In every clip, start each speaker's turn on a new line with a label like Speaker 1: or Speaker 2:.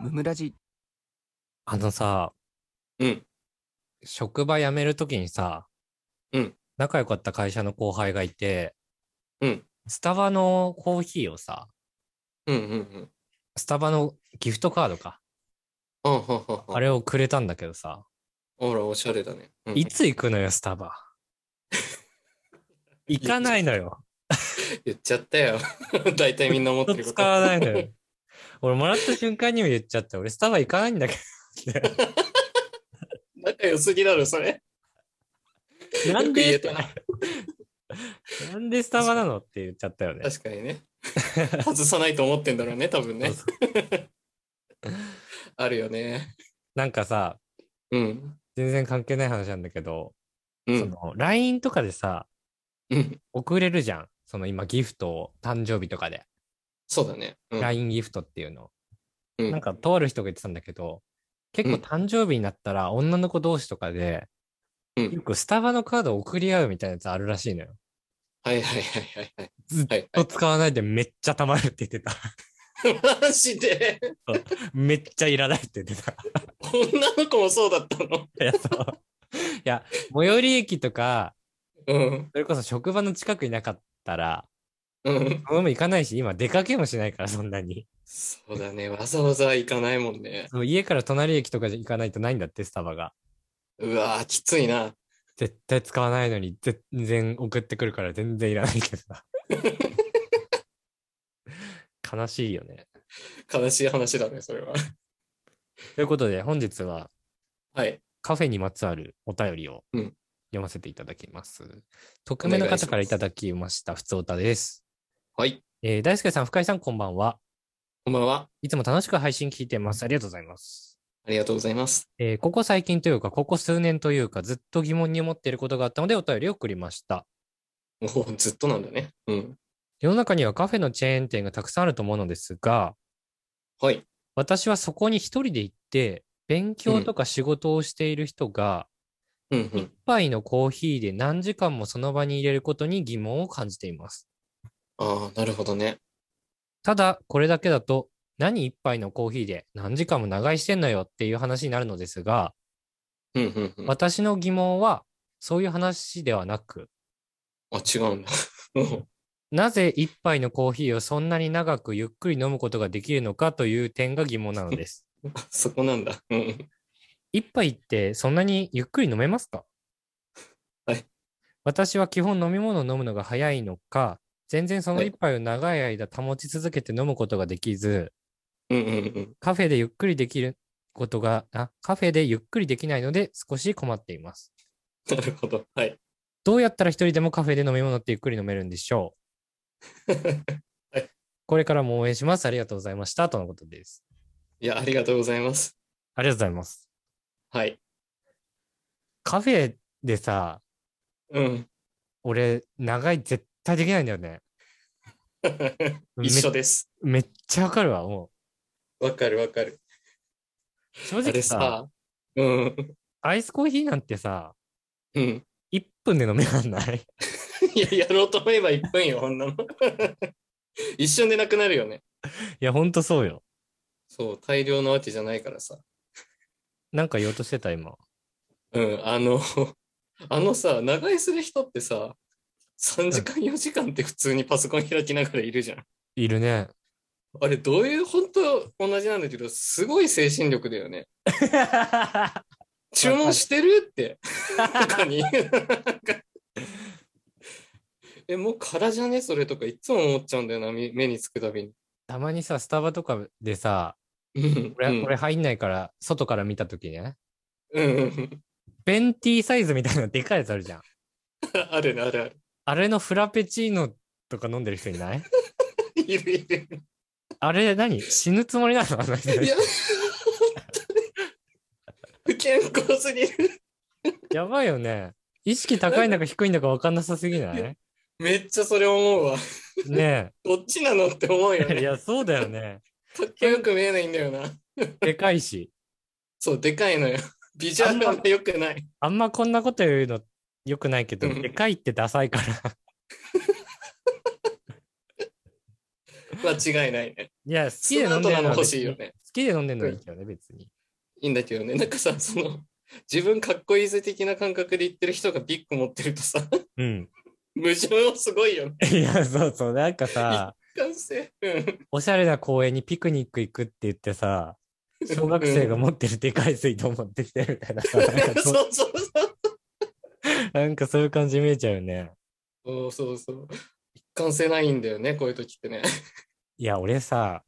Speaker 1: ムムラジ。
Speaker 2: あのさ、
Speaker 3: うん。
Speaker 2: 職場辞めるときにさ、
Speaker 3: うん
Speaker 2: 仲良かった会社の後輩がいて、
Speaker 3: うん
Speaker 2: スタバのコーヒーをさ、
Speaker 3: うんうんうん。
Speaker 2: スタバのギフトカードか、
Speaker 3: あははは。
Speaker 2: あれをくれたんだけどさ、
Speaker 3: あら、おしゃれだね。うん
Speaker 2: いつ行くのよ、ス タバ。行かないのよ。
Speaker 3: 言っちゃったよ。 大体みんな思ってること。
Speaker 2: 使わないのよ。俺もらった瞬間にも言っちゃって、俺スタバ行かないんだけ
Speaker 3: 仲良すぎだろ、それ。
Speaker 2: ど、なん
Speaker 3: よ
Speaker 2: で
Speaker 3: く言えた な
Speaker 2: なんでスタバなのって言っちゃったよね。
Speaker 3: 確かに ね。外さないと思ってんだろうね、多分ね
Speaker 2: そう。そう
Speaker 3: あるよね。
Speaker 2: なんかさ、
Speaker 3: うん。
Speaker 2: 全然関係ない話なんだけど、
Speaker 3: う
Speaker 2: そ
Speaker 3: ん。
Speaker 2: の LINE とかでさ、
Speaker 3: うん。
Speaker 2: 送れるじゃん。その今ギフトを誕生日とかで、
Speaker 3: そうだね。うん。
Speaker 2: LINE ギフトっていうの。
Speaker 3: うん
Speaker 2: なんかとある人が言ってたんだけど、結構
Speaker 3: うん
Speaker 2: 誕生日になったら女の子同士とかで、
Speaker 3: うん
Speaker 2: よくスタバのカードを送り合うみたいなやつあるらしいのよ。
Speaker 3: はいはいはいはいはい。
Speaker 2: ずっ
Speaker 3: はい
Speaker 2: と使わないでめっちゃ貯まるって言ってた。
Speaker 3: はい。マジで
Speaker 2: めっちゃいらないって言っ てた。
Speaker 3: 女の子もそうだったの
Speaker 2: いや、そう。いや、最寄り駅とか、
Speaker 3: うん。
Speaker 2: それこそ職場の近くになかったら、
Speaker 3: うん。
Speaker 2: 俺も行かないし、今出かけもしないから、そんなに。
Speaker 3: そうだね。わざわざ行かないもんね。
Speaker 2: そう家から隣駅とかじゃ行かないとないんだって、スタバが。
Speaker 3: うわぁ、きついな。
Speaker 2: 絶対使わないのに全然送ってくるから全然いらないけど さ悲しいよね。
Speaker 3: 悲しい話だね、それは。
Speaker 2: ということで本日は
Speaker 3: はい。
Speaker 2: カフェにまつわるお便りを
Speaker 3: うん
Speaker 2: 読ませていただきます。匿名の方からいただきました、ふつおたです。
Speaker 3: はい。
Speaker 2: えー大輔さん、深井さん、こんばんは。
Speaker 3: こんばんは。
Speaker 2: いつも楽しく配信聞いてます。ありがとうございます。
Speaker 3: ありがとうございます。
Speaker 2: えーここ最近というか、ここ数年というか、ずっと疑問に思っていることがあったので、お便りを送りました。
Speaker 3: もうずっとなんだね。うん。
Speaker 2: 世の中にはカフェのチェーン店がたくさんあると思うのですが、
Speaker 3: はい。
Speaker 2: 私はそこに一人で行って、勉強とか仕事をしている人が、
Speaker 3: うんうん
Speaker 2: 一。杯のコーヒーで何時間もその場に入れることに疑問を感じています。
Speaker 3: ああ、なるほどね。
Speaker 2: ただ、これだけだと、何一杯のコーヒーで何時間も長居してんのよっていう話になるのですが、
Speaker 3: うんうんうん。あ、
Speaker 2: 私の疑問は、そういう話ではなく、
Speaker 3: 違うんだ。 うん
Speaker 2: なぜ一杯のコーヒーをそんなに長くゆっくり飲むことができるのかという点が疑問なのです。
Speaker 3: そこなんだ。うん。
Speaker 2: 一杯ってそんなにゆっくり飲めますか
Speaker 3: はい。
Speaker 2: 私は基本飲み物を飲むのが早いのか、全然その一杯を長い間保ち続けて飲むことができず、
Speaker 3: うんうんうん。
Speaker 2: カフェでゆっくりできることが、あ、カフェでゆっくりできないので少し困っています。
Speaker 3: なるほど。はい。
Speaker 2: どうやったら一人でもカフェで飲み物ってゆっくり飲めるんでしょうこれからも応援します。ありがとうございました。とのことです。
Speaker 3: いや、ありがとうございます。
Speaker 2: ありがとうございます。
Speaker 3: はい。
Speaker 2: カフェでさ、
Speaker 3: うん。
Speaker 2: 俺、長い絶対できないんだよね。め
Speaker 3: 一緒です。
Speaker 2: めっちゃわかるわ、も
Speaker 3: わかるわかる。
Speaker 2: う。正
Speaker 3: あ
Speaker 2: 直
Speaker 3: れ
Speaker 2: さ、
Speaker 3: さ。うん。
Speaker 2: アイスコーヒーなんてさ、
Speaker 3: うん。
Speaker 2: 1分で飲めらんない
Speaker 3: いや、やろうと思えば1分よ、こん なの。一瞬でなくなるよね。
Speaker 2: いや、ほんとそうよ。
Speaker 3: そう、大量なわけじゃないからさ。
Speaker 2: なんか言おうとしてた、今。
Speaker 3: うん、あの、 あのさ、長居する人ってさ、3時間4時間って普通にパソコン開きながらいるじゃん。
Speaker 2: い るね。
Speaker 3: あれ、どういう、本当同じなんだけど、すごい精神力だよね。注文してるって、とかに。 なんかえ、もう空じゃねそれとか、いつも思っちゃうんだよな、み目につくたびに。
Speaker 2: たまにさ、スタバとかでさ、
Speaker 3: うん
Speaker 2: 俺、俺入んないから、外から見たときね、
Speaker 3: うんうんうん。
Speaker 2: ベンティーサイズみたいなでかいやつあるじゃん。
Speaker 3: あるね、あるある。
Speaker 2: あれのフラペチーノとか飲んでる人いない
Speaker 3: いるいる。
Speaker 2: あれ何死ぬつもりなのあの人
Speaker 3: いや、本当に。不健康すぎる。
Speaker 2: やばいよね。意識高いんだか低いんだか分かんなさすぎないい
Speaker 3: めっちゃそれ思うわ。
Speaker 2: ね
Speaker 3: どっちなのって思うよ
Speaker 2: え。い
Speaker 3: ね。
Speaker 2: や、そうだよね。
Speaker 3: かっこよく見えないんだよな。
Speaker 2: でかいし。
Speaker 3: そう、でかいのよ。 ビジュアルが良くない。
Speaker 2: あんまこんなこと言うのよくないけど、
Speaker 3: うん
Speaker 2: でかいってダサいから。
Speaker 3: 間違いないね。
Speaker 2: いや、好き
Speaker 3: ス
Speaker 2: で
Speaker 3: マ
Speaker 2: 飲
Speaker 3: ー
Speaker 2: ん
Speaker 3: ト
Speaker 2: で
Speaker 3: な
Speaker 2: るの
Speaker 3: の
Speaker 2: は
Speaker 3: 欲
Speaker 2: 別
Speaker 3: しい
Speaker 2: に
Speaker 3: よ
Speaker 2: 好
Speaker 3: ね。
Speaker 2: きで飲んでるのはいいけどね、別に。
Speaker 3: いいんだけどね。なんかさ、その、自分かっこいいぜ的な感覚で言ってる人がビッグ持ってるとさ、
Speaker 2: うん。
Speaker 3: 矛盾はすごいよね。
Speaker 2: いや、そうそう、なんかさ、
Speaker 3: 完成。うん。
Speaker 2: おしゃれな公園にピクニック行くって言って さ、小学生が持ってるでかい水筒持ってきてみたいなさ、な
Speaker 3: う
Speaker 2: ん
Speaker 3: ん。
Speaker 2: かそう
Speaker 3: そうそう
Speaker 2: なんかそういう感じ見えちゃうよね。
Speaker 3: そう。そうそうそう。一貫性ないんだよね、こういう時ってね。
Speaker 2: いや、俺さ、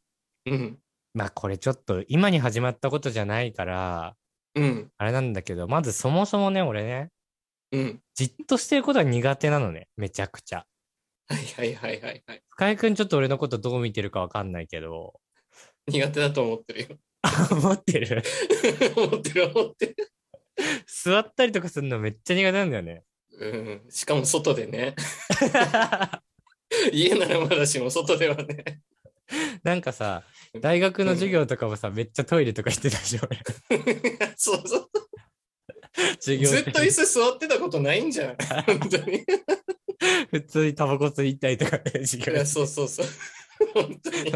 Speaker 3: うん。
Speaker 2: まあこれちょっと今に始まったことじゃないから、
Speaker 3: うん。
Speaker 2: あれなんだけど、まずそもそもね、俺ね、
Speaker 3: うん。
Speaker 2: じっとしてることは苦手なのね、めちゃくちゃ。
Speaker 3: はいはいはいはいはい。
Speaker 2: 深井くんちょっと俺のことどう見てるかわかんないけど、
Speaker 3: 苦手だと思ってるよ。
Speaker 2: あ持ってる
Speaker 3: 思ってる思ってる。
Speaker 2: 座ったりとかするのめっちゃ苦手なんだよね。
Speaker 3: うん、しかも外でね。家ならまだしも外ではね。
Speaker 2: なんかさ、大学の授業とかもさ、めっちゃトイレとか行ってたでしょ、 俺
Speaker 3: そうそう。
Speaker 2: 授業
Speaker 3: ずっ
Speaker 2: 中
Speaker 3: と椅子座ってたことないんじゃん。本当に。い
Speaker 2: 普通にタバコ吸いたりとかね、授業
Speaker 3: や、そうそうそう。本当に。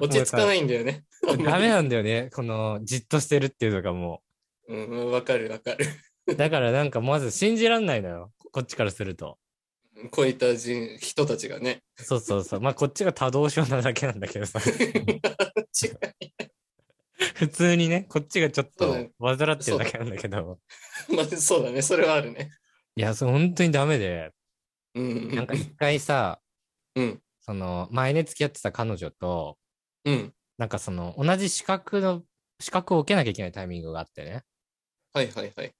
Speaker 3: 落ち着かないんだよね。
Speaker 2: 中。ダメなんだよね、この、じっとしてるっていうのがも
Speaker 3: うん、うんわかるわかる。
Speaker 2: う。だからなんかまず信じらんないのよ、こっちからすると。
Speaker 3: こういった人人たちがね。
Speaker 2: そうそうそう。まあこっちが多動症なだけなんだけど さ。普通にね、こっちがちょっ
Speaker 3: そう
Speaker 2: と
Speaker 3: だよ
Speaker 2: 煩ってるだけなんだけど。
Speaker 3: まあ、そうだね。それはあるね。
Speaker 2: いや、そう、本当にダメで。
Speaker 3: うんう
Speaker 2: なん
Speaker 3: ん
Speaker 2: か一回さ、
Speaker 3: うん
Speaker 2: その、前ね付き合ってた彼女と、
Speaker 3: うん。
Speaker 2: なんかその、同じ資格の、資格を受けなきゃいけないタイミングがあってね。
Speaker 3: はいはいはい。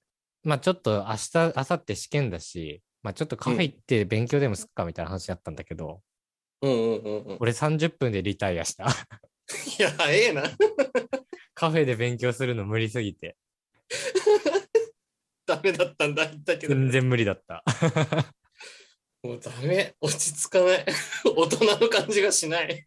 Speaker 2: まあちょっと明日、明後日試験だし、まあちょっとカフェ行って勉強でもすっかみたいな話だったんだけど、
Speaker 3: うんうんうんうん。
Speaker 2: 俺30分でリタイアした。
Speaker 3: いや、早えな。
Speaker 2: カフェで勉強するの無理すぎて。
Speaker 3: ダメだったんだ。言ったけど。
Speaker 2: 全然無理だった。
Speaker 3: もうダメ。落ち着かない。 大人の感じがしない。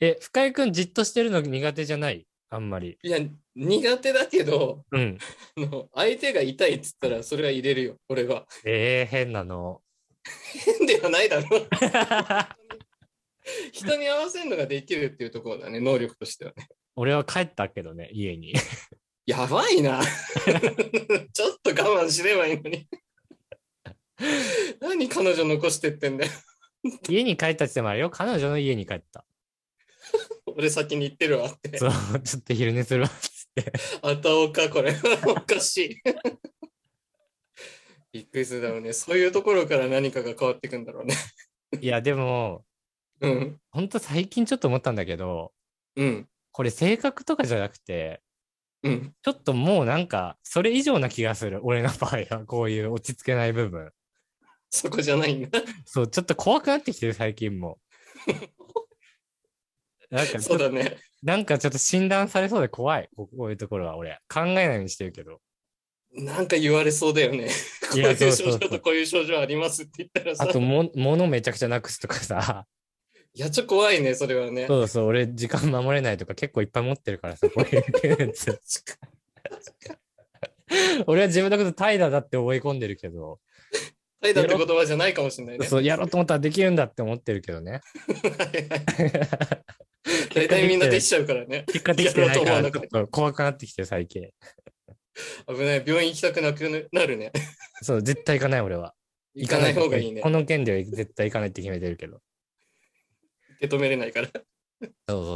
Speaker 2: え、深井くんじっとしてるの苦手じゃないあんまり。
Speaker 3: いや、苦手だけど、
Speaker 2: うん。
Speaker 3: あの相手が痛いっつったら、それは入れるよ、俺は。
Speaker 2: えー、変なの。
Speaker 3: 変ではないだろう。 人に合わせるのができるっていうところだね、能力としてはね。
Speaker 2: 俺は帰ったけどね、家に。
Speaker 3: やばいな。 ちょっと我慢すればいいのに。 何彼女残してってんだよ。
Speaker 2: 家に帰ったって言ってもあれよ、彼女の家に帰った。
Speaker 3: 俺先に行ってるわって。
Speaker 2: そう、ちょっと昼寝するわっつって。
Speaker 3: あたおか、これ。 おかしい。び っくりするだろうね。そういうところから何かが変わっていくんだろうね。
Speaker 2: いや、でも、
Speaker 3: うん。
Speaker 2: ほんと最近ちょっと思ったんだけど、
Speaker 3: うん。
Speaker 2: これ性格とかじゃなくて、
Speaker 3: うん。
Speaker 2: ちょっともうなんか、それ以上な気がする。俺の場合は、こういう落ち着けない部分。
Speaker 3: そこじゃないんだ。
Speaker 2: そう、ちょっと怖くなってきてる、最近も。なんかち
Speaker 3: そ
Speaker 2: ょ
Speaker 3: う
Speaker 2: っと、
Speaker 3: だね。
Speaker 2: なんかちょっと診断されそうで怖い。ここういうところは俺。考えないようにしてるけど。
Speaker 3: なんか言われそうだよね。こう
Speaker 2: い
Speaker 3: い
Speaker 2: や
Speaker 3: う
Speaker 2: そうそ
Speaker 3: 症
Speaker 2: うそう
Speaker 3: 状とこういう症状ありますって言ったら
Speaker 2: あ
Speaker 3: さ。
Speaker 2: とも、物めちゃくちゃなくすとかさ。
Speaker 3: いや、ちょっと怖いね、それはね。
Speaker 2: そうそう、俺、時間守れないとか結構いっぱい持ってるからさ、こういうや つ。俺は自分のこと怠惰だって思い込んでるけど、
Speaker 3: はい、だって言葉じゃないかもしれないね。
Speaker 2: そう、やろうと思ったらできるんだって思ってるけどね。
Speaker 3: はいはい 大体みんなできちゃうからね。
Speaker 2: 結果できてないか
Speaker 3: やろ
Speaker 2: ら、
Speaker 3: う
Speaker 2: ち
Speaker 3: と
Speaker 2: ょっ
Speaker 3: 思
Speaker 2: と怖くなってきて、最近。
Speaker 3: 危ない。病院行きたくなくなるね。
Speaker 2: そう、絶対行かない、俺は。
Speaker 3: 行かない方がいいね
Speaker 2: こ。の件では絶対行かないって決めてるけど。
Speaker 3: 受け止めれないから。
Speaker 2: そうそう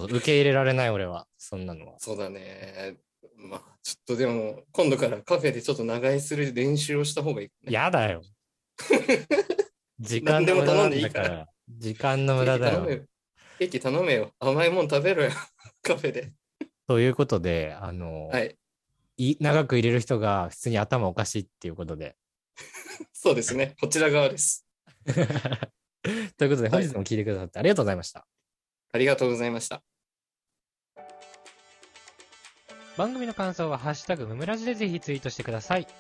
Speaker 2: そう、受け入れられない、俺は。そんなのは。
Speaker 3: そうだね。まあ、ちょっとでも、今度からカフェでちょっと長居する練習をした方がいい、ね。
Speaker 2: やだ よ。時間の無駄なんだから。時間の無駄だ
Speaker 3: ケーキ頼め
Speaker 2: よ。
Speaker 3: よ。ケーキ頼めよ。甘いもん食べろよ。カフェで。
Speaker 2: ということで、あの、
Speaker 3: はい。
Speaker 2: い長く入れる人が普通に頭おかしいっていうことで。
Speaker 3: そうですね。こちら側です。
Speaker 2: ということで、
Speaker 3: は
Speaker 2: 本
Speaker 3: い
Speaker 2: 日も聞いてくださってありがとうございました。
Speaker 3: ありがとうございました。
Speaker 2: 番組の感想は、ハッシュタグムムラジでぜひツイートしてください。チ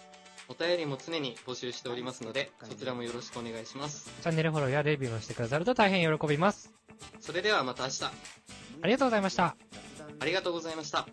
Speaker 3: お便りも常に募集しておりますので、そちらもよろしくお願いします。
Speaker 2: ャンネルフォローやレビューもしてくださると大変喜びます。
Speaker 3: それではまた明日、
Speaker 2: ありがとうございました。
Speaker 3: ありがとうございました。